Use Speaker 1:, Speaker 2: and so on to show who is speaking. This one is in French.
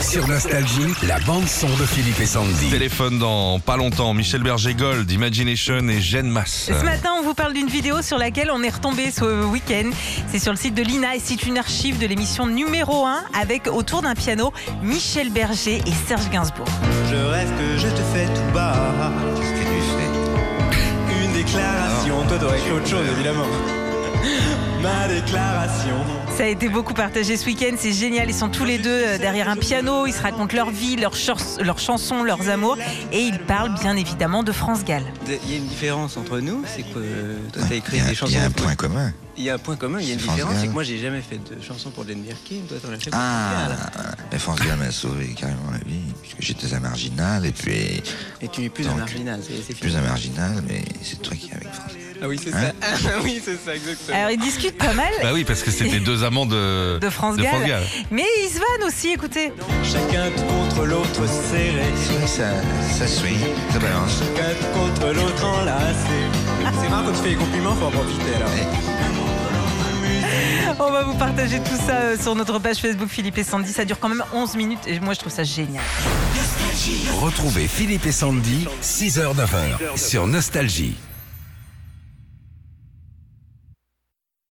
Speaker 1: Sur Nostalgie, la bande-son de Philippe et Sandy.
Speaker 2: Téléphone dans pas longtemps, Michel Berger Gold, Imagination et Gêne Masse.
Speaker 3: Ce matin, on vous parle d'une vidéo sur laquelle on est retombé ce week-end. C'est sur le site de l'INA et c'est une archive de l'émission numéro 1 avec autour d'un piano Michel Berger et Serge Gainsbourg.
Speaker 4: Je rêve que je te fais tout bas. Qu'est-ce que tu fais Une déclaration. Toi, t'aurais fait autre chose, évidemment. Ma déclaration.
Speaker 3: Ça a été beaucoup partagé ce week-end, c'est génial. Ils sont tous les deux euh, derrière un piano, ils se racontent leur vie, leurs, chans- leurs chansons, leurs amours et ils parlent bien évidemment de France Gall.
Speaker 4: Il y a une différence entre nous, c'est que euh, toi, t'as
Speaker 5: Il
Speaker 4: écrit
Speaker 5: y a-
Speaker 4: des chansons.
Speaker 5: Il y a un
Speaker 4: pour-
Speaker 5: point commun.
Speaker 4: Il y a un point commun, il y a une
Speaker 5: C'est France
Speaker 4: différence,
Speaker 5: Gall.
Speaker 4: c'est que moi, j'ai jamais fait de chansons pour Denver King. Toi, t'en as fait pour
Speaker 5: Ah,
Speaker 4: Pascal.
Speaker 5: mais France Gall m'a sauvé carrément la vie, puisque j'étais un marginal, et puis
Speaker 4: Et tu n'es plus un
Speaker 5: Donc,
Speaker 4: marginal, c'est c'est
Speaker 5: plus un marginal, mais c'est toi qui es avec France Gall.
Speaker 4: Ah oui, c'est ça.
Speaker 5: Hein
Speaker 4: Ah oui, c'est ça, exactement.
Speaker 3: Alors ils discutent pas mal
Speaker 2: Bah oui, parce que c'était deux amants de,
Speaker 3: de France
Speaker 2: de
Speaker 3: Gall, mais ils se vannent aussi, écoutez.
Speaker 4: Chacun tout contre l'autre serré.
Speaker 5: C'est vrai que ça, ça suit, ça balance.
Speaker 4: Chacun tout contre l'autre enlacé. C'est marrant quand tu fais les compliments, faut en profiter alors.
Speaker 3: On va vous partager tout ça euh, sur notre page Facebook Philippe et Sandy. Ça dure quand même 11 minutes et moi je trouve ça génial.
Speaker 1: Retrouvez Philippe et Sandy, 6h-9h, sur Nostalgie.